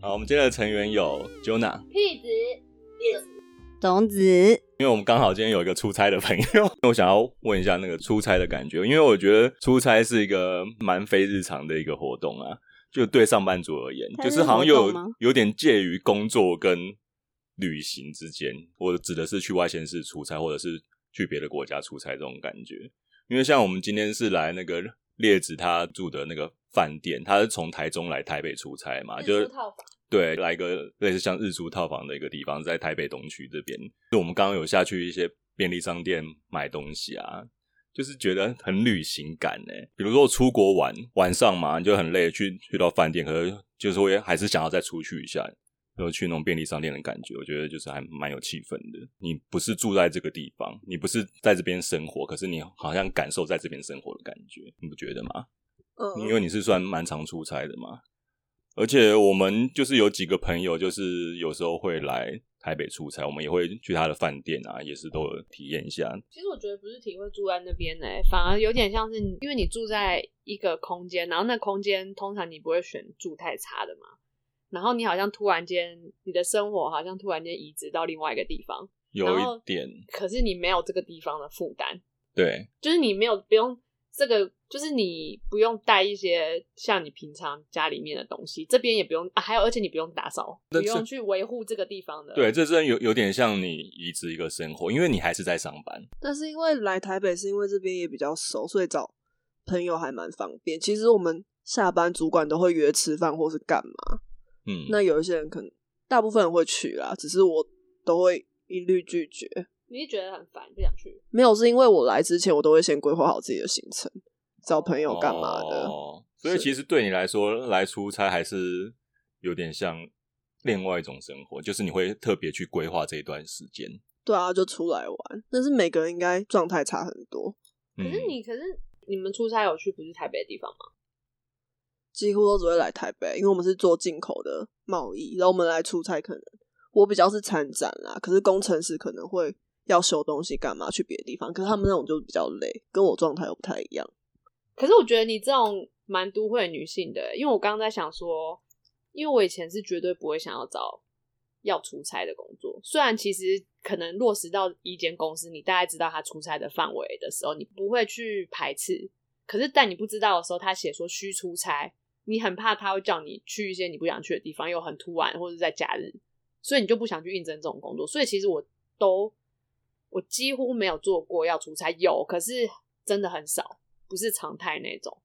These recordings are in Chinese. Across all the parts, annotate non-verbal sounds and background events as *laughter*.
好，我们今天的成员有 Jona，屁子，种子，因为我们刚好今天有一个出差的朋友， *laughs* 我想要问一下那个出差的感觉，因为我觉得出差是一个蛮非日常的一个活动啊，就对上班族而言，它就是是好像有活动吗有点介于工作跟旅行之间，我指的是去外县市出差，或者是去别的国家出差这种感觉。因为像我们今天是来那个列子他住的那个饭店，他是从台中来台北出差嘛，日啊就是出套房，对，来一个类似像日租套房的一个地方，在台北东区这边。就我们刚刚有下去一些便利商店买东西啊，就是觉得很旅行感呢、比如说我出国玩，晚上嘛你就很累，去去到饭店，可是就是会还是想要再出去一下，然后去那种便利商店的感觉，我觉得就是还蛮有气氛的。你不是住在这个地方，你不是在这边生活，可是你好像感受在这边生活的感觉，你不觉得吗？因嗯为你是算蛮常出差的嘛，而且我们就是有几个朋友，就是有时候会来台北出差，我们也会去他的饭店啊，也是都有体验一下。其实我觉得不是体会住在那边呢、反而有点像是你因为你住在一个空间，然后那空间通常你不会选住太差的嘛，然后你好像突然间你的生活好像突然间移植到另外一个地方，有然后一点，可是你没有这个地方的负担，对就是你没有不用这个，就是你不用带一些像你平常家里面的东西，这边也不用，啊、还有而且你不用打扫，不那这用去维护这个地方的，对，，这真的有有点像你移植一个生活，因为你还是在上班。但是因为来台北是因为这边也比较熟，所以找朋友还蛮方便。其实我们下班主管都会约吃饭或是干嘛，嗯，那有一些人可能大部分人会去啦，只是我都会一律拒绝。你就觉得很烦，不想去。没有，是因为我来之前我都会先规划好自己的行程，找朋友干嘛的。哦、所以是其实对你来说，来出差还是有点像另外一种生活，就是你会特别去规划这一段时间。对啊，就出来玩。但是每个人应该状态差很多，可是嗯你，可是你们出差有去不是台北的地方吗？几乎都只会来台北，因为我们是做进口的贸易，然后我们来出差可能我比较是参展啦，可是工程师可能会要修东西干嘛去别的地方，可是他们那种就比较累，跟我状态又不太一样。可是我觉得你这种蛮都会女性的，欸因为我刚刚在想说，因为我以前是绝对不会想要找要出差的工作，虽然其实可能落实到一间公司，你大概知道他出差的范围的时候，你不会去排斥。可是但你不知道的时候，他写说需出差，你很怕他会叫你去一些你不想去的地方，又很突然或者是在假日，所以你就不想去应征这种工作。所以其实我都我几乎没有做过要出差，有可是真的很少，不是常态那种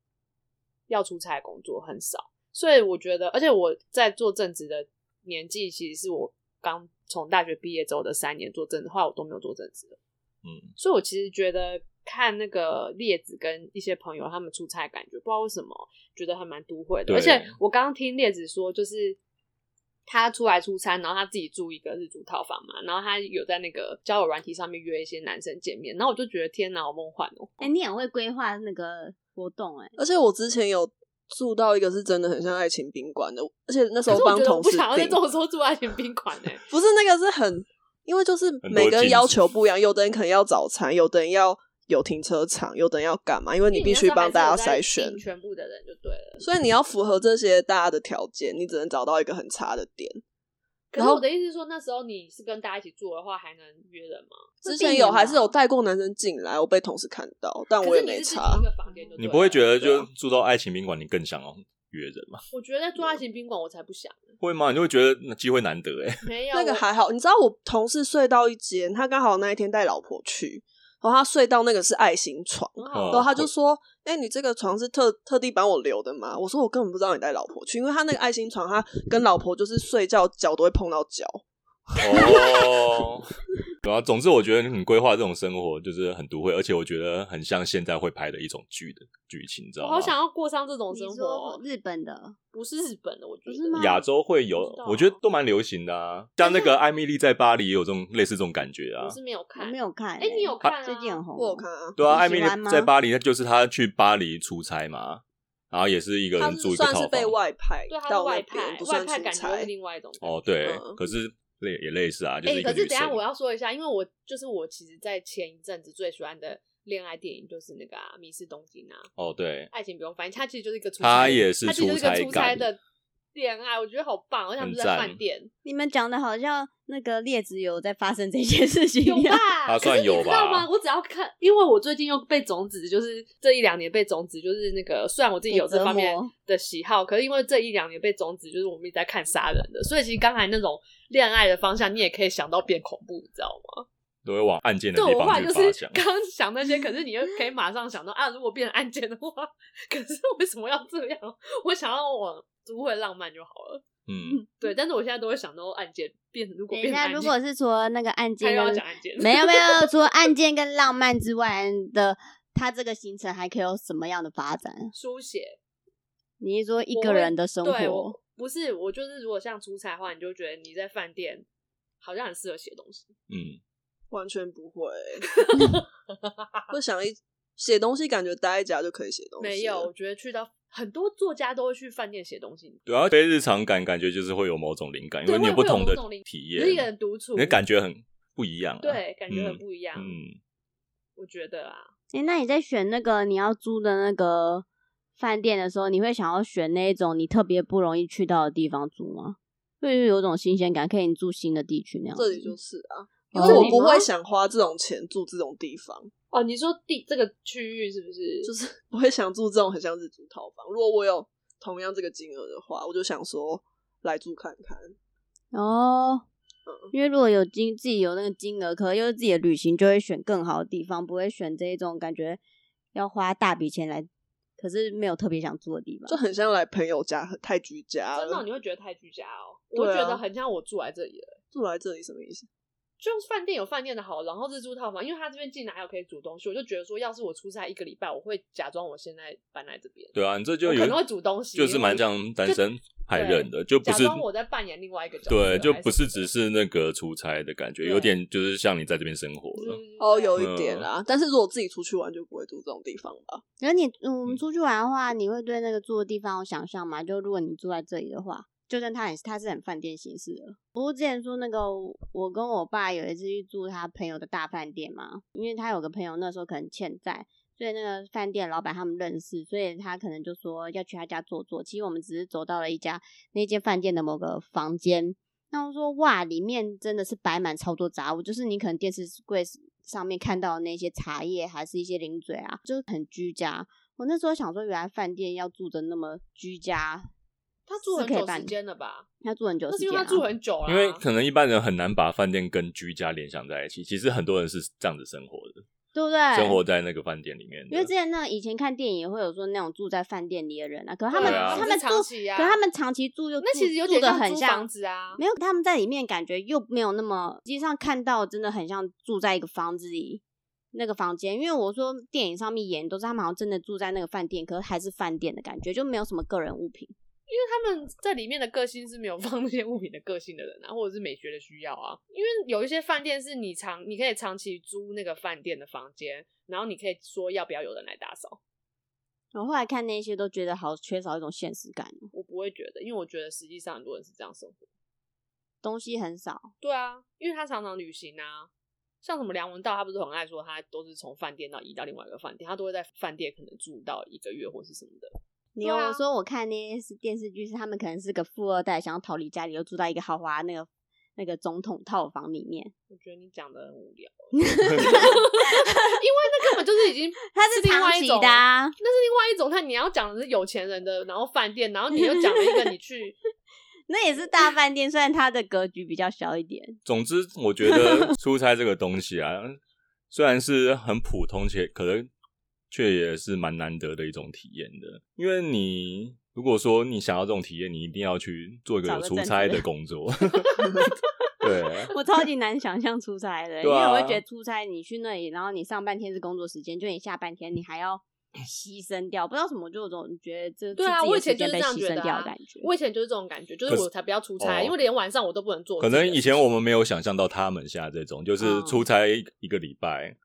要出差的工作很少。所以我觉得，而且我在做正职的年纪，其实是我刚从大学毕业之后的三年做正职，后来我都没有做正职了。嗯，所以我其实觉得看那个列子跟一些朋友他们出差，感觉不知道为什么觉得还蛮都会的。对而且我刚刚听列子说，就是他出来出差，然后他自己住一个日租套房嘛，然后他有在那个交友软体上面约一些男生见面，然后我就觉得天哪，好梦幻哦、哎、你很会规划那个活动、哎，而且我之前有住到一个是真的很像爱情宾馆的，而且那时可候是我帮觉得我同不事想要在订这，种时候住爱情宾馆欸呢。 *laughs* 不是那个是很，因为就是多每个禁人止要求不一样，有的人可能要早餐，有的人要有停车场，有的人要干嘛，因为你必须帮大家筛选因为你那时候还是有在盯。全部的人就对了。所以你要符合这些大家的条件，你只能找到一个很差的点。可然是后我的意思是说，那时候你是跟大家一起住的话，还能约人吗？之会避前免有还吗是有带过男生进来，我被同事看到，但我可也是你没是自己查一。个房间就对了你不会觉得对就啊住到爱情宾馆，你更想要约人吗？我觉得住爱情宾馆我才不想，会吗？你就会觉得那机会难得哎、没有那个我还好，你知道我同事睡到一间，他刚好那一天带老婆去，然后他睡到那个是爱心床，很哦好然后他就说：“哎、你这个床是特特地帮我留的吗？”我说：“我根本不知道你带老婆去，因为他那个爱心床，他跟老婆就是睡觉脚都会碰到脚。哦， *laughs* 对啊，总之我觉得你规划这种生活就是很独会，而且我觉得很像现在会拍的一种剧的剧情，你知道我吗？好想要过上这种生你活说哦，日本的，不是日本的，我觉不得是吗亚洲会有不知道，我觉得都蛮流行的啊， *laughs* 像那个艾米丽在巴黎也有这种类似这种感觉啊我。是没有我看，没。有看、哎你有哎看啊最近很红，我有看啊，对啊，艾你米喜丽欢吗在巴黎，她就是她去巴黎出差嘛，然后也是一个他人住是哦一个算套是房。被外派对，他是到那外派边，，不外算派出感觉是差。另外一种感觉。哦，对，嗯可是类也类似啊，就哎、是一个可是女等一生下。我要说一下，因为我就是我，其实，在前一阵子最喜欢的恋爱电影就是那个、啊《迷失东京》啊，哦，对，爱情不用翻译，它其实就是一个出差，他也是它其实就是一出个差出差感的恋爱，我觉得好棒，我想很住在赞饭店，你们讲的好像那个列子有在发生这些事情有一 *laughs* 样。吧？他啊算有吧可是你知道吗？我只要看，因为我最近又被种子，就是这一两年被种子，就是那个虽然我自己有这方面给折磨的喜好，可是因为这一两年被种子，就是我们一直在看杀人的，所以其实刚才那种恋爱的方向，你也可以想到变恐怖，你知道吗？都会往案件的对地我后方来去就发是 *laughs* 想。刚想那些，可是你又可以马上想到啊，如果变成案件的话， *laughs* 可是为什么要这样？我想要往都会浪漫就好了。嗯，对，但是我现在都会想到案件变，如果等变成一下，案件，如果是除了那个案他件又要跟讲案件，没有没有，除了案件跟浪漫之外的，他这个行程还可以有什么样的发展？书写你是说一我个会人的生对，活？我不是我就是，如果像出差的话，你就觉得你在饭店好像很适合写东西。嗯，完全不 *laughs* 会，就想一写东西，感觉待一家就可以写东西。没有，我，觉得去到很多作家都会去饭店写东西，对啊，非日常感感觉就是会有某种灵感，因对为你会不会有同某的种灵体你一个验人，独处，你的感觉很不一样、啊。，对，啊感觉嗯很不一样。嗯，我觉得啊，诶，哎那你在选那个你要租的那个饭店的时候，你会想要选那一种你特别不容易去到的地方住吗？会有种新鲜感，可以你住新的地区那样子。这里嗯就是啊，因哦为我不这里会吗想花这种钱住这种地方， *laughs* 哦，你说地这个区域是不是？就是不会想住这种很像日租套房。如果我有同样这个金额的话，我就想说来住看看。哦嗯，因为如果有金自己有那个金额，可能又是自己的旅行，就会选更好的地方，不会选这一种感觉要花大笔钱来，可是没有特别想住的地就方。很像来朋友家，很太居家真的了。啊你会觉得太居家哦，对啊我觉得很像我住来这里了。住来这里什么意思？就是饭店有饭店的好，然后日租套房，因为他这边进来还有可以煮东西，我就觉得说，要是我出差一个礼拜，我会假装我现在搬来这边，对啊，你这就我有可能会煮东西，就是蛮讲像单身海人的，就不假是装我在扮演另外一个角色，对，就还不是什么只是那个出差的感觉，对有点就是像你在这边生活的了。嗯哦，对有一点啦，但是如果自己出去玩，就不会住这种地方吧。然后你嗯我们出去玩的话，你会对那个住的地方有想象吗？就如果你住在这里的话，就算它也是它是很饭店形式的。不过之前说那个我跟我爸有一次去住他朋友的大饭店嘛，因为他有个朋友那时候可能欠债，所以那个饭店老板他们认识，所以他可能就说要去他家坐坐。其实我们只是走到了一家那间饭店的某个房间，那我说哇，里面真的是摆满超多杂物，就是你可能电视柜上面看到的那些茶叶，还是一些零嘴啊，就是很居家。我那时候想说，原来饭店要住的那么居家，他住是很可以久办时间了吧？他住很久那时是间、因啊，为他住很久了，因为可能一般人很难把饭店跟居家联想在一起，其实很多人是这样子生活的，对不对？生活在那个饭店里面的。因为之前那以前看电影也会有说那种住在饭店里的人啊，可是他们、对啊他们是住，长期啊可是他们长期住又那其实有住点的像很租像房子啊，没有，他们在里面感觉又没有那么，实际上看到真的很像住在一个房子里那个房间，因为我说电影上面演都是他们好像真的住在那个饭店，可是还是饭店的感觉，就没有什么个人物品。因为他们在里面的个性是没有放那些物品的个性的人啊，或者是美学的需要啊。因为有一些饭店是你长，你可以长期租那个饭店的房间，然后你可以说要不要有人来打扫。我后来看那些都觉得好缺少一种现实感哦，我不会觉得，因为我觉得实际上很多人是这样生活。东西很少，对啊，因为他常常旅行啊，像什么梁文道，他不是很爱说他都是从饭店到移到另外一个饭店，他都会在饭店可能住到一个月或是什么的。你对有啊说我看那些电视剧是他们可能是个富二代，想要逃离家里，又住在一个豪华那个那个总统套房里面，我觉得你讲的很无聊，欸 *laughs* 因为那根本就是已 *laughs* 经它是另长外一期种欸的啊。那是另外一种。那你要讲的是有钱人的，然后饭店，然后你又讲了一个你去，那也是大饭店，虽然它的格局比较小一点。总之，我觉 *laughs* 得出差这个东西啊，虽然是很普通且可能却也是蛮难得的一种体验的，因为你。如果说你想要这种体验，你一定要去做一个找有个出正差职的工 *laughs* 作。对，我超级难想象出差的，欸因对为啊我会觉得出差你去那里，然后你上半天是工作时间，就你下半天你还要牺牲掉，不知道什么就总觉得这对啊是自己我的以前时就间是被这样牺觉得牲掉啊的感觉。 *laughs* 我以前就是这种感觉，就是我才不要出差，哦因为连晚上我都不能做我可自己能的事情。以前我们没有想象到他们现在这种，就是嗯出差一一个礼拜，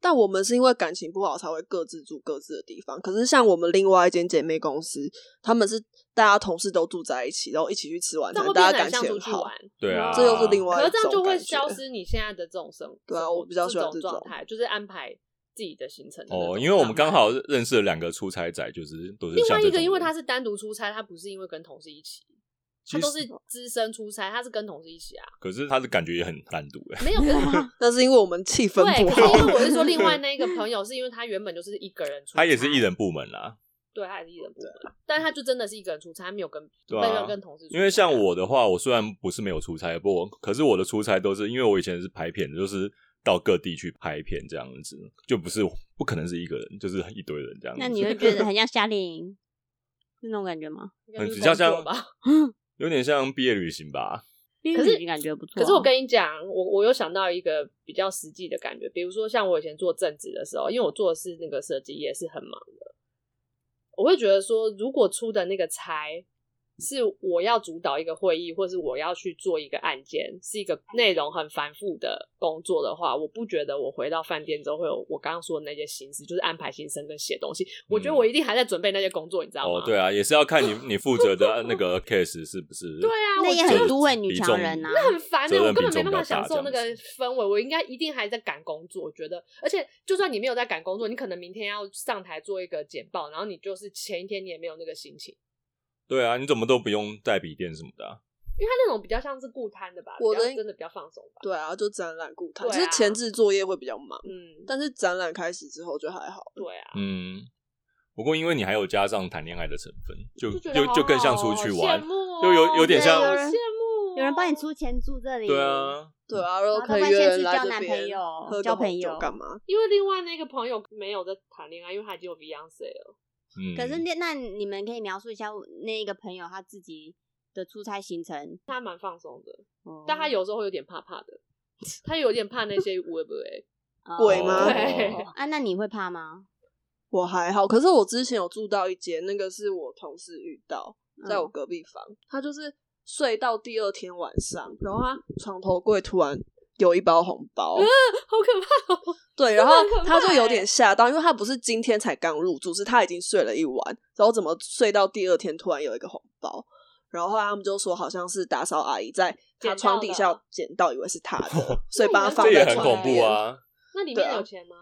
但我们是因为感情不好才会各自住各自的地方。可是像我们另外一间姐妹公司，他们是大家同事都住在一起，然后一起去吃晚这样餐会，变得大家感很情像出很去好玩，。对啊，这又是另外可是这样就一种会感觉 *laughs* 消失你现在的这种生活，对啊我比较喜欢这这种状态，就是安排自己的行程的那种哦，因为我们安排刚好认识了两个出差仔，就是都是另像外这一个，种因为人他是单独出差，他不是因为跟同事一起，他都是哦资深出差，他是跟同事一起啊，可是他的感觉也很单独哎，没有 *laughs* 跟。 *laughs* 那是因为我们气氛对，不可是因为好。我是说，另外那一个朋友是因为他原本就是一个人出差，他也是艺，人部门啦。对，他也是艺人部啊门，但他就真的是一个人出差，他没有跟对啊没有跟同事出差啊，因为像我的话，我虽然不是没有出差过，可是我的出差都是因为我以前是拍片的，就是到各地去拍片这样子，就不是不可能是一个人，就是一堆人这样子。 *laughs* 那你会觉得很像夏令营，是那种感觉吗？应该就是很嗯比较像工作吧？有点像毕业旅行吧？可是感觉不错啊、可是我跟你讲，我我有想到一个比较实际的感觉，比如说像我以前做正职的时候，因为我做的是那个设计业，是很忙的，我会觉得说，如果出的那个差是我要主导一个会议，或是我要去做一个案件，是一个内容很繁复的工作的话，我不觉得我回到饭店之后会有我刚刚说的那些心思，就是安排行程跟写东西。我觉嗯得我一定还在准备那些工作，你知道吗？哦，对啊，也是要看你你负责的那个 case 是不是？ *laughs* 对啊，那我也觉得很都会女强人啊呐、那很烦的、责任我根本比没重办比较法大享受那个这样氛围，我应该一定还在赶工作。我觉得，而且就算你没有在赶工作，你可能明天要上台做一个简报，然后你就是前一天你也没有那个心情，对啊，你怎么都不用带笔电什么的啊、因为他那种比较像是顾摊的吧，我比较的真的比较放松吧。 *laughs* 对啊，就展览固态，对啊其实前置作业会比较忙，嗯，但是展览开始之后就还好。对啊，嗯，不过因为你还有加上谈恋爱的成分，就就觉得就好就更像好出哦去好玩羡。慕哦就有有点对像好有人羡慕哦，有人帮你出钱住这里，对，啊，对啊，嗯然后然后可以都会约先人去来交这男边朋友喝个交红朋酒友干嘛？因为另外那个朋友没有在谈恋爱，因为他已经有 Beyonce 了。嗯。，可是那那你们可以描述一下那个朋友他自己的出差行程，他蛮放松的，哦但他有时候会有点怕怕的，他有点怕那些 *laughs* 会不会？哦鬼吗对啊，那你会怕吗？我还好，可是我之前有住到一间，那个是我同事遇到，在嗯我隔壁房，他就是睡到第二天晚上，然后他床头柜突然有一包红包，好可怕哦！对，真然的后很嗯可他怕就有欸点吓到，因为他不是今天才刚入住，是他已经睡了一晚，然后怎么睡到第二天突然有一个红包，然后后来他们就说好像是打扫阿姨在他捡床到底的哦下捡到，以为是他的所以那也把它很放这可也在怕哦很床欸恐怖边！啊！那里对面啊有钱吗？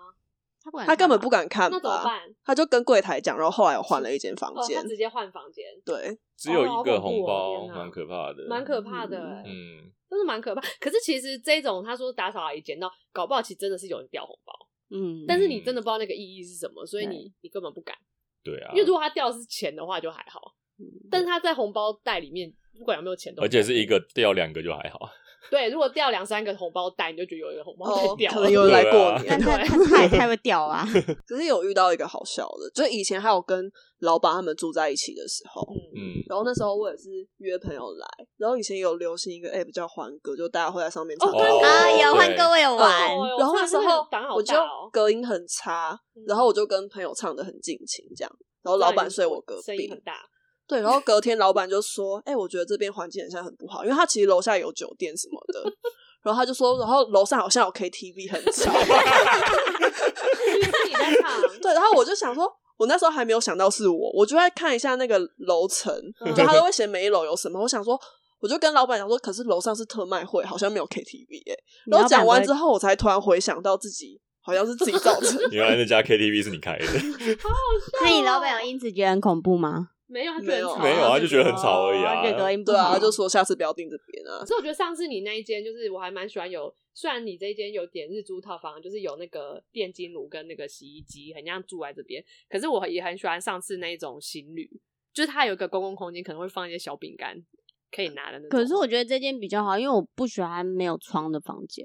他不敢看吧，他根本不敢看那怎么吧，办？他就跟柜台讲，然后后来我换了一间房哦，间他，直接换房间，对，只有哦一个好恐红怖哦包，天哪蛮可怕的。蛮可怕的、欸，嗯，真的蛮可怕。可是其实这种他说打扫阿姨捡到，搞不好其实真的是有人掉红包，嗯，但是你真的不知道那个意义是什么，所以你你根本不敢。对啊因为。如果他掉的是钱的话就还好，嗯但是他在红包袋里面，不管有没有钱都，而且是一个掉两个就还好，对，如果掉两三个红包袋，你就觉得有一个红包袋哦，掉了，可能有人来对过啊年但。 *laughs* 他他他也太会屌 *laughs* 啊！可是有遇到一个好笑的，就是以前还有跟老板他们住在一起的时候，嗯，嗯，然后那时候我也是约朋友来，然后以前有流行一个 app 叫欢歌，就大家会在上面唱哦歌。欢歌啊，对有换各位玩，哦然后那时候胆好我就大哦，嗯隔音很差，然后我就跟朋友唱的很尽情这样，然后老板睡我隔声音壁很，大，对，然后隔天老板就说：“哎、我觉得这边环境好像很不好，因为他其实楼下有酒店什么的。” *laughs* 然后他就说：“然后楼上好像有 KTV 很吵。” *laughs* 因为是你在唱，对，然后我就想说，我那时候还没有想到是我，我就在看一下那个楼层，嗯就他都会写每一楼有什么。我想说，我就跟老板讲说，可是楼上是特卖会，好像没有 KTV 耶、你然后老板讲完之不后，我才突然回想到自己好像是自己造成的。原来那家 KTV 是你 *laughs* 开的，会，那你老板有因此觉得很恐怖吗？没有，他觉得很吵没有啊，就觉得很吵而已哦啊。觉得隔音不 *laughs* 对啊，好他就说下次不要订这边啊可。是我觉得上次你那一间，就是我还蛮喜欢有，虽然你这一间有点日租套房，就是有那个电金炉跟那个洗衣机，很像住在这边。可是我也很喜欢上次那一种行旅，就是它有一个公共空间，可能会放一些小饼干可以拿的那种。可是我觉得这间比较好，因为我不喜欢没有窗的房间，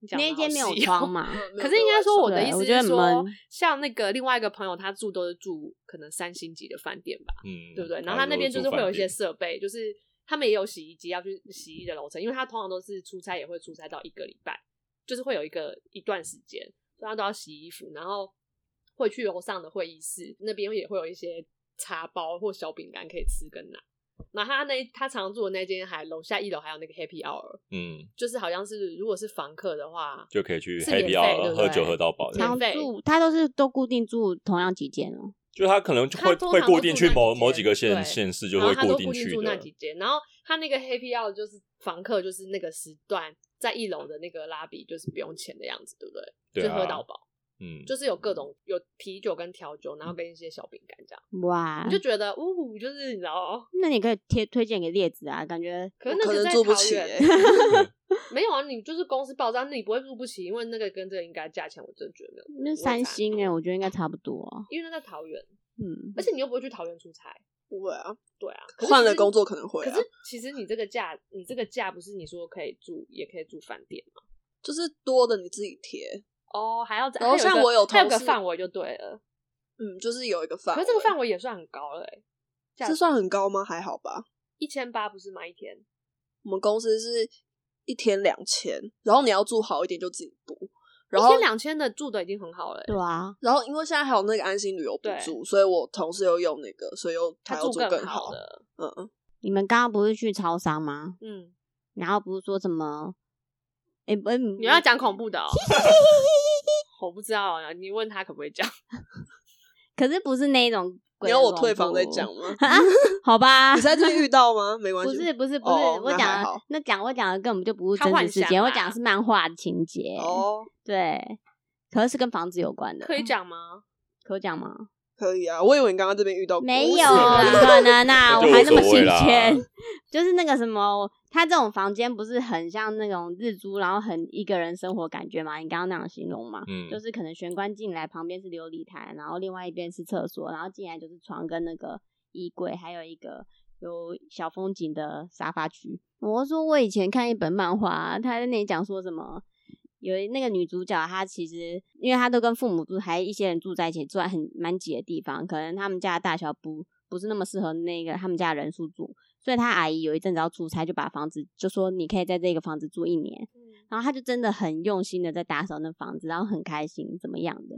你讲得那一间没有好细哦窗。 *laughs* 嘛。 *laughs* *laughs* 可是应该说，我的对意我思觉得是很说闷，像那个另外一个朋友，他住都是住可能三星级的饭店吧。嗯，对不对？然后他那边就是会有一些设备，就是他们也有洗衣机要去洗衣的楼层，因为他通常都是出差也会出差到一个礼拜，就是会有一个一段时间，所以他都要洗衣服，然后会去楼上的会议室那边也会有一些茶包或小饼干可以吃跟拿。然后他那他常住的那间还楼下一楼还有那个 Happy Hour，嗯，就是好像是如果是房客的话，就可以去是免 Happy 费对 Hour 不对喝酒喝到饱这样。常免费住他都是都固定住同样几间哦。就他可能就他会通会常固都定住去那某几某间几个县对县市，就然后会他都固定去住那的。几间，然后他那个 Happy Hour 就是房客就是那个时段在一楼的那个拉比就是不用钱的样子，对不对？对就喝啊到饱。嗯，就是有各种有啤酒跟调酒，然后跟一些小饼干这样，哇啊你就，觉得呜，就是你知道，哦那你可以贴推荐给列子啊，感觉可是我那可个能在住桃不起园， *laughs* 没有啊，你就是公司报账，那你不会入不起，因为那个跟这个应该价钱，我真的觉得没有，那三星哎、欸哎，我觉得应该差不多。哦因为那在桃园，嗯而，且你又不会去桃园出差，不会啊，对啊，可是换其了实工作可能会可啊是，其实你这个假，你这个假不是你说可以住，也可以住饭店吗？就是多的你自己贴，哦，还要再然后还有一像个我有还有同个事范围就对了，嗯，就是有一个范可围，是这个范围也算很高了、欸，价这算很高吗？还好吧，一千八不是吗？一天我们公司是一天两千，然后你要住好一点就自己补，然后嗯一天两千的住的已经很好了、欸对啊，然后因为现在还有那个安心旅游补对助，所以我同事又用那个，所以又他又住更好。 *laughs* 的，嗯嗯，你们刚刚不是去超商吗？嗯，然后不是说什么？哎、不，你要嗯讲恐怖 *laughs* 的、哦，我不知道啊，你问他可不可以 *laughs* 讲？可是不是那一种你鬼的要恐怖。我退房再讲 *laughs* 吗？啊？好吧你，在这边遇到吗？没关不系，是不是不是，哦我那还讲的好那讲我讲的根本就不是他真幻实事想件，我啦讲的是漫画的情节。哦，对，可是是跟房子有关的。可以，讲吗？可以讲吗？可以啊。我以为你刚刚这边遇到过没不是有，啊不可能啊！那我就还无那么所谓新啦鲜。 *laughs* 就是那个什么，他这种房间不是很像那种日租，然后很一个人生活感觉吗？你刚刚那样形容吗？ *laughs* 嗯就是可能玄关进来，旁边是琉璃台，然后另外一边是厕所，然后进来就是床跟那个衣柜，还有一个有小风景的沙发区。我说我以前看一本漫画啊，他在那里讲说什么。有那个女主角，她其实因为她都跟父母住，还一些人住在一起，住在很蛮挤的地方，可能他们家的大小不不是那么适合那个他们家的人数住，所以她阿姨有一阵子要出差，就把房子就说你可以在这个房子住一年，然后他就真的很用心的在打扫那房子，然后很开心怎么样的。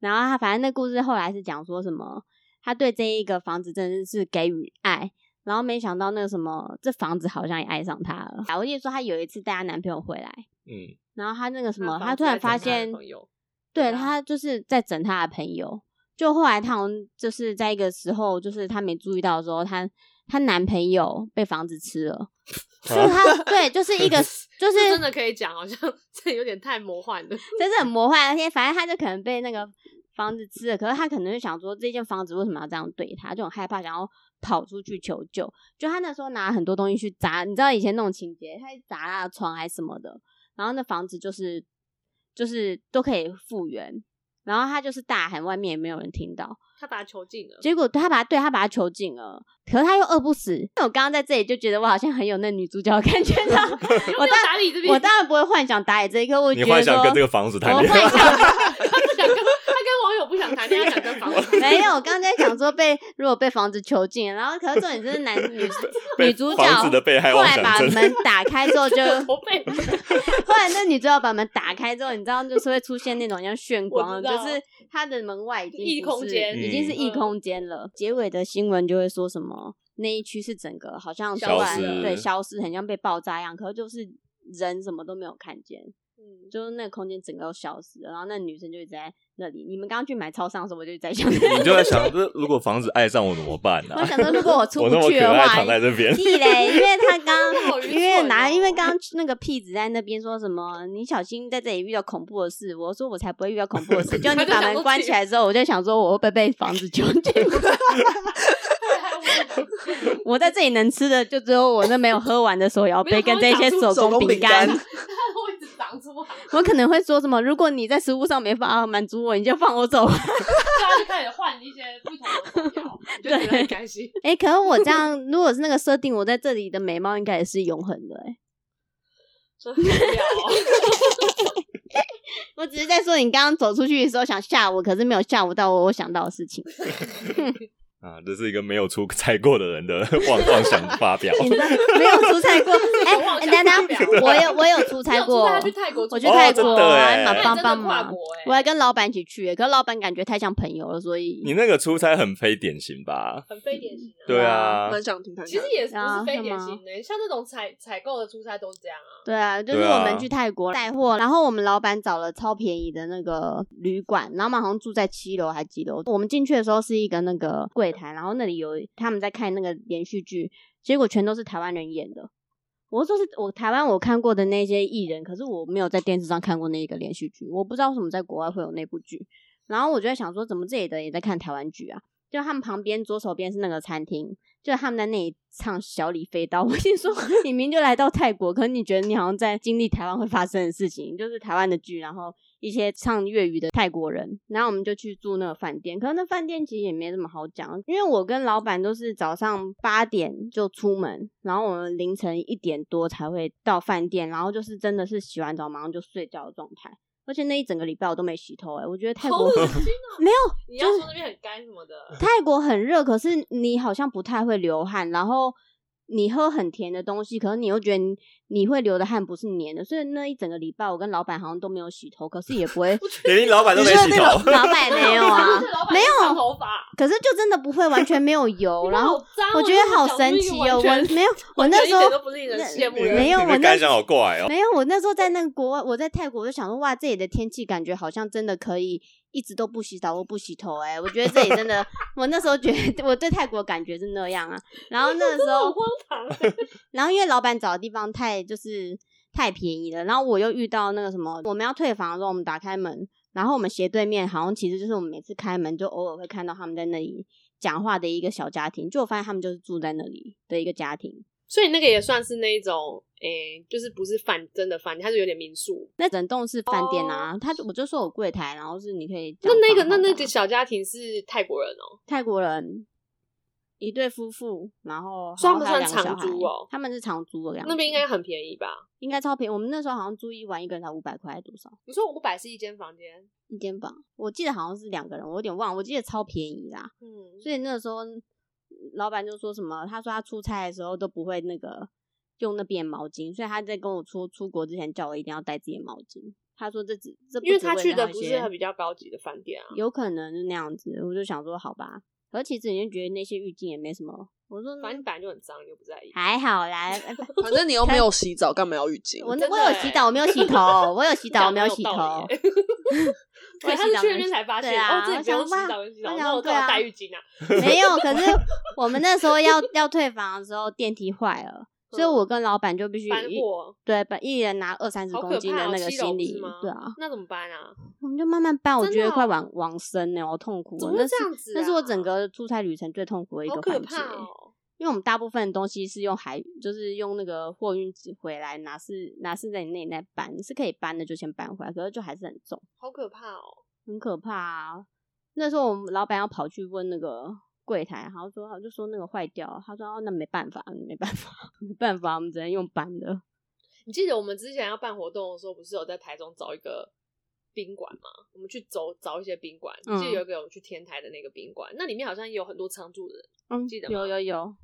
然后他反正那故事后来是讲说什么，他对这一个房子真的是给予爱，然后没想到那个什么，这房子好像也爱上他了。我记得说她有一次带她男朋友回来，嗯，然后她那个什么，她她房子突然在整发她的现朋友，对对啊她就是在整她的朋友。就后来她好像就是在一个时候，就是她没注意到的时候，她她男朋友被房子吃了，所以她对就是一个就就是真的可以讲，好像 *laughs* 这有点太魔幻了。真是很魔幻。而且反正他就可能被那个房子吃了，可是他可能就想说，这间房子为什么要这样对他？就很害怕，想要跑出去求救。就他那时候拿很多东西去砸，你知道以前那种情节，他砸他的床还是什么的，然后那房子就是就是都可以复原。然后他就是大喊，外面也没有人听到。他把他囚禁了，结果他把他对他把他囚禁了，可是他又饿不死。那我刚刚在这里就觉得我好像很有那女主角的感觉到， *laughs* 我我要当打理这边，我当然不会幻想打野这一刻，我你觉幻得想跟说这个房子谈我恋幻爱，*laughs* 想他不想跟他跟网友不想谈恋爱，想跟房子 *laughs* 没有，我刚才想说被如果被房子囚禁，然后可是重点就是男 *laughs* 女被女主角房子的被害后妄来想把症，门打开 *laughs* 之后就，后筹备。来那女主角把门打开之后，你知道就是会出现那种像炫光，我知就道是她的门外已经异不是空间已经是异嗯空间了。结尾的新闻就会说什么那一区是整个好像消突然失对消失，很像被爆炸一样，可是就是人什么都没有看见。嗯，就是那个空间整个都消失了，然后那女生就一直在那里。你们刚刚去买超商的时候，我就一直在 *laughs* 想，你就在想，这如果房子爱上我怎么办呢、我啊？想说，如果我 *laughs* 出我那不么去可的爱话躺，在这 *laughs* 边，屁嘞！因为他刚好愚因为蠢拿，哦因为刚刚那个屁子在那边说什么，你小心在这里遇到恐怖的事。我说我才不会遇到恐怖 *laughs* 的事。就他你就把想门说关自己起来之后，我就想说我会不会被房子囚禁？ *laughs* 我在这里能吃的就只有我那没有喝完的手摇没杯有跟他这会些长出手工工饼饼干干。我一直长出来，我可能会说什么，如果你在食物上没法满足我，你就放我走吧。大家就开始换一些不同的 *laughs* 手表，你就觉得很开心。 *laughs* 哎、可是我这样，如果是那个设定，我在这里的美貌应该也是永恒的、欸。真无聊哦， *laughs* 我只是在说你刚刚走出去的时候想吓我，可是没有吓唬到我，我想到的事情。啊，这是一个没有出 *laughs* 差过的人的妄妄想发表。 *laughs* 没有出差过，哎、忘欸，记发等等表，我有我有出差过，他去泰国住，我去哦泰真国的啊，欸蛮哎帮真的帮跨忙。国哎我还跟老板一起去欸、可是老板感觉太像朋友了，所你以那个出差很非典型吧？很非典型啊。对 *laughs* 啊，蛮想听看看。其实也不啊是非典是吗型的，欸像那种采采购的出差都是这样啊。对啊，就是对我啊们去泰国带货，然后我们老板找了超便宜的那个旅馆，然后我们好像住在七楼还几楼。我们进去的时候是一个那个柜台，然后那里有他们在看那个连续剧，结果全都是台湾人演的。我是说是我台湾我看过的那些艺人，可是我没有在电视上看过那一个连续剧，我不知道为什么在国外会有那部剧。然后我就在想说，怎么这里的也在看台湾剧啊？就他们旁边左手边是那个餐厅，就他们在那里唱《小李飞刀》。我 *laughs* 跟 *laughs* 你说，你明明就来到泰国，可是你觉得你好像在经历台湾会发生的事情，就是台湾的剧，然后一些唱粤语的泰国人。然后我们就去住那个饭店，可是那饭店其实也没什么好讲，因为我跟老板都是早上八点就出门，然后我们凌晨一点多才会到饭店，然后就是真的是洗完澡马上就睡觉的状态。而且那一整个礼拜我都没洗头、欸，哎，我觉得泰好国恶心哦！ *laughs* 没有，你要说那边很干什么的，泰国很热，可是你好像不太会流汗，然后你喝很甜的东西，可是你又觉得你你会流的汗不是黏的，所以那一整个礼拜我跟老板好像都没有洗头，可是也 *laughs* 不会，连你老板都 *laughs* 没洗你说那头种，老板没有啊，没没有长头发，可是就真的不会完全没有油，然后你们好脏哦我觉得好神奇你们讲出一哦，个完我全没有，我完那全时一候点都不令人羡慕没的没有你我的那感时想好怪哦。没有，我那时候在那个国外，我在泰国，我就想说，哇，这里的天气感觉好像真的可以一直都不洗澡或不洗头、欸，哎，我觉得这里真的， *laughs* 我那时候觉得我对泰国的感觉是那样啊。然后那个时好 *laughs* 候，荒唐欸。然后因为老板找的地方太就是太便宜了，然后我又遇到那个什么，我们要退房的时候，我们打开门，然后我们斜对面好像其实就是我们每次开门就偶尔会看到他们在那里讲话的一个小家庭，就我发现他们就是住在那里的一个家庭。所以那个也算是那一种，诶，就是不是饭真的饭店，它是有点民宿。那整栋是饭店啊，他就我就说我柜台，然后是你可以那讲那个房那号那码个小家庭是泰国人哦，啊泰国人一对夫妇，然后所以好他们像还有算两个长小租孩哦他们是长租的两那边应该很便宜吧？应该超便宜，我们那时候好像住一晚一个人才五百块，还是多少你说五百是一间房间，一间房？我记得好像是两个人，我有点忘了，我记得超便宜啦。嗯，所以那个时候老板就说什么，他说他出差的时候都不会那个用那边毛巾，所以他在跟我出出国之前叫我一定要带自己的毛巾。他说这只这不因为只他了去的一不些是比较高级的饭店啊。有可能是那样子，我就想说好吧。可是其实你就觉得那些浴巾也没什么，我说反正你本来就很脏，你又不在意。还好啦。呃反正你又没有洗澡，干嘛要浴巾？我真的我有洗澡，我没有洗头，我有洗澡，我讲没得很有有洗道头理耶。 *laughs* 我可 *laughs* 有他洗是澡去那没有边洗才发对现，啊哦，这我里不想用洗哇澡，不用洗澡，我那想我对干嘛啊带浴巾啊？ *laughs* 没有，可是我们那时候要要退房的时候，电梯坏了，所以嗯我跟老板就必须搬一货，对，把一人拿二三十好公可斤的怕哦！那个七楼行不李是吗，？对啊，，那怎么办啊？我们就慢慢搬，我真觉的得快哦往往生呢，好痛苦哦。怎么会那是这样子那是我啊整个出差旅程最痛苦的一好个可环节。欸怕哦！因为我们大部分的东西是用海，就是用那个货运纸回来，哪是哪是在你那里在搬，是可以搬的就先搬回来，可是就还是很重，好可怕哦！很可怕啊。那时候我们老板要跑去问那个柜台，然后说他就说那个坏掉了，他说、哦、那没办法，没办法， *laughs* 没办法，我们只能用搬的。你记得我们之前要办活动的时候，不是有在台中找一个宾馆吗？我们去走找一些宾馆，嗯记得有一个我们去天台的那个宾馆，那里面好像也有很多常住的人。嗯记得吗有有有。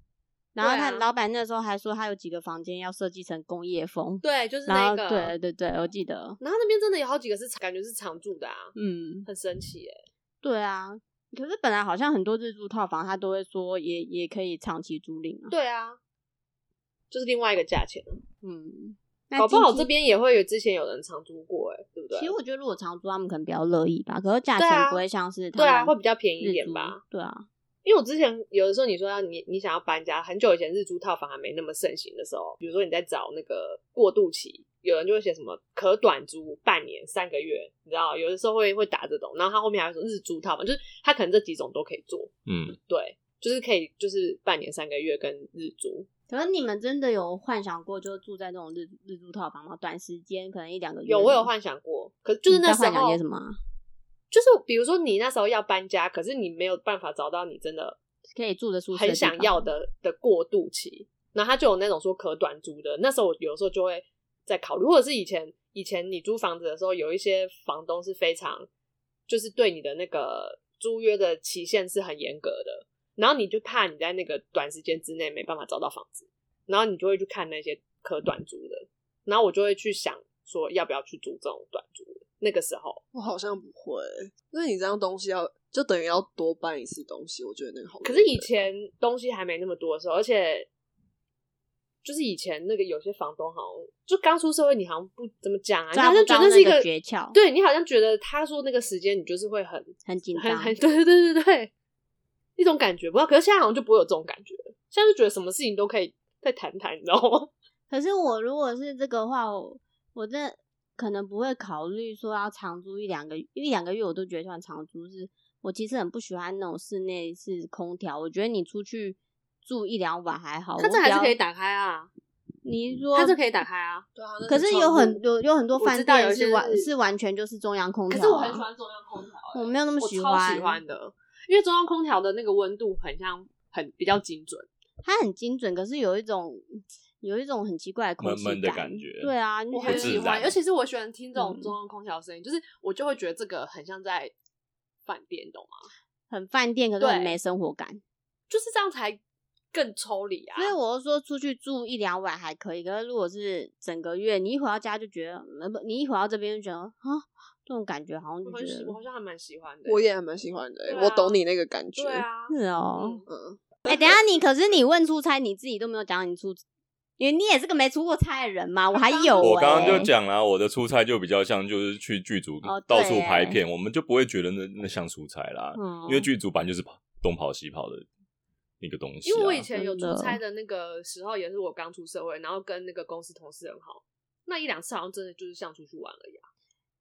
然后对啊他、老板那时候还说他有几个房间要设计成工业风，对，就是然那后个。对对对，我记得，然后那边真的有好几个是感觉是常住的啊，嗯，很神奇耶、对啊，可是本来好像很多日租套房，他都会说也也可以长期租赁啊。对啊，就是另外一个价钱。嗯，那搞不好近期这边也会有之前有人常租过、欸，哎，对不对？其实我觉得如果长租，他们可能比较乐意吧。可是价对啊钱不会像是他对啊，们会比较便宜一日点租吧。？对啊，因为我之前有的时候你说要你你想要搬家，很久以前日租套房还没那么盛行的时候，比如说你在找那个过渡期，有人就会写什么可短租半年、三个月，你知道，有的时候会会打这种，然后他后面还有说日租套房，就是他可能这几种都可以做，嗯，对，就是可以就是半年、三个月跟日租，可是你们真的有幻想过，就住在那种日日租套房吗？短时间可能一两个月。有我有，幻想过，可是就是那时嗯幻想候些什么啊？就是比如说你那时候要搬家，可是你没有办法找到你真的可以住的舒适的很地方想要的的过渡期，然后他就有那种说可短租的，那时候我有时候就会在考虑，或者是以前以前你租房子的时候，有一些房东是非常就是对你的那个租约的期限是很严格的，然后你就怕你在那个短时间之内没办法找到房子，然后你就会去看那些可短租的，然后我就会去想说要不要去租这种短租的，那个时候。我好像不会，因为你这样东西要就等于要多搬一次东西，我觉得那个好累。可是以前东西还没那么多的时候，而且就是以前那个有些房东好像就刚出社会，你好像不怎么讲啊，你抓好不像觉到得那是一那个个诀窍对你好像觉得他说那个时间，你就是会很很紧很张。很 *laughs* 对对对对对，一 *laughs* 种感觉不知道。可是现在好像就不会有这种感觉，现在就觉得什么事情都可以再谈谈，你知道吗？可是我如果是这个的话，我我真的可能不会考虑说要长租一两个一两个月，我都觉得算长租是。我其实很不喜欢那种室内是空调，我觉得你出去住一两晚还好。它这我比还是较可以。打开啊，你说它这可以打开啊。对啊，那可是有窗户很有有很多我饭知道有一店些是完是是完全就是中央空可调、啊，啊是我很喜欢中央空调、欸，我没有那么我喜超欢喜欢的，因为中央空调的那个温度很像很比较精准。它很精准，可是有一种有一种很奇怪的空闷气闷的感觉对啊，你我觉得很不自喜欢，然尤其是我喜欢听这种嗯中央空调的声音，就是我就会觉得这个很像在饭店，你懂吗？很饭店，可是很对没生活感。就是这样才更抽离啊。所以我就说出去住一两晚还可以，可是如果是整个月，你一回到家就觉得，呃不，你一回到这边就觉得啊，这种感觉好像我就很觉喜，我得好像还蛮喜欢的、我也还蛮喜欢的欸、对啊我懂你那个感觉。对啊，是哦嗯。，嗯，哎、等一下你，可是你问出差，你自己都没有讲你出，因为你也是个没出过差的人嘛，我还啊有、欸，我刚刚就讲了，我的出差就比较像就是去剧组哦对到处拍片，我们就不会觉得那那像出差啦，嗯，因为剧组版就是跑东跑西跑的一个东西、啊。因为我以前有哦真的出差的那个时候，也是我刚出社会，然后跟那个公司同事很好，那一两次好像真的就是像出去玩而已、啊。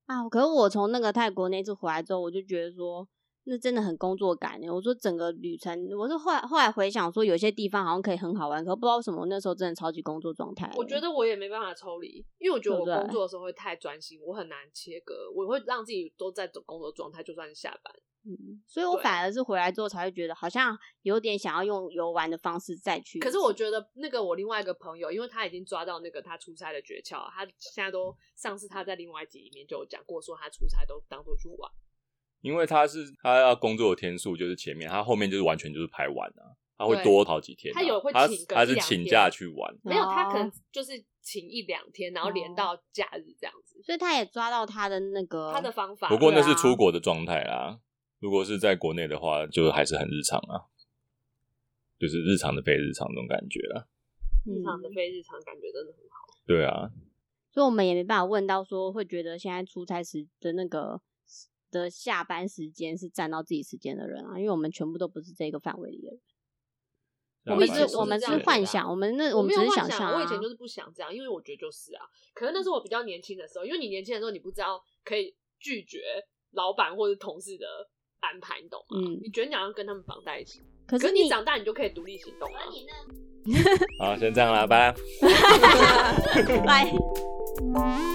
啊，可是我从那个泰国那次回来之后，我就觉得说，那真的很工作感欸耶。我说整个旅程，我是后来后来回想说，有些地方好像可以很好玩，可不知道为什么我那时候真的超级工作状态。我觉，得我也没办法抽离，因为我觉得我哦对不对工作的时候会太专心，我很难切割，我会让自己都在工作状态，就算是下班。嗯，所以我对反而是回来之后才会觉得，好像有点想要用游玩的方式再去一次。可是我觉得那个我另外一个朋友，因为他已经抓到那个他出差的诀窍，他现在都上次他在另外一集里面就有讲过，说他出差都当做去玩。因为他是他要工作的天数就是前面，他后面就是完全就是排完啊，他会对多跑几天啊、他有会他请个他一是两请天假去玩，没有，他可哦能就是请一两天，然后连哦到假日这样子。所以他也抓到他的那个他的方法，不过那对是啊出国的状态啦。如果是在国内的话，就还是很日常啊，就是日常的非日常那种感觉啦。日常的嗯非日常感觉真的很好。对啊，所以我们也没办法问到说，会觉得现在出差时的那个的下班时间是占到自己时间的人啊，因为我们全部都不是这个范围里的人。我我们们以是前是，是我们这是样子幻的想，我们那我们没只有是幻象、啊。我以前就是不想这样，因为我觉得就是啊，可能那是我比较年轻的时候，因为你年轻的时候你不知道可以拒绝老板或者同事的安排，你懂吗？嗯你觉得你好像跟他们绑在一起，可可是是你长大你就可以独立行动了、啊好，先这样啦，拜拜。拜。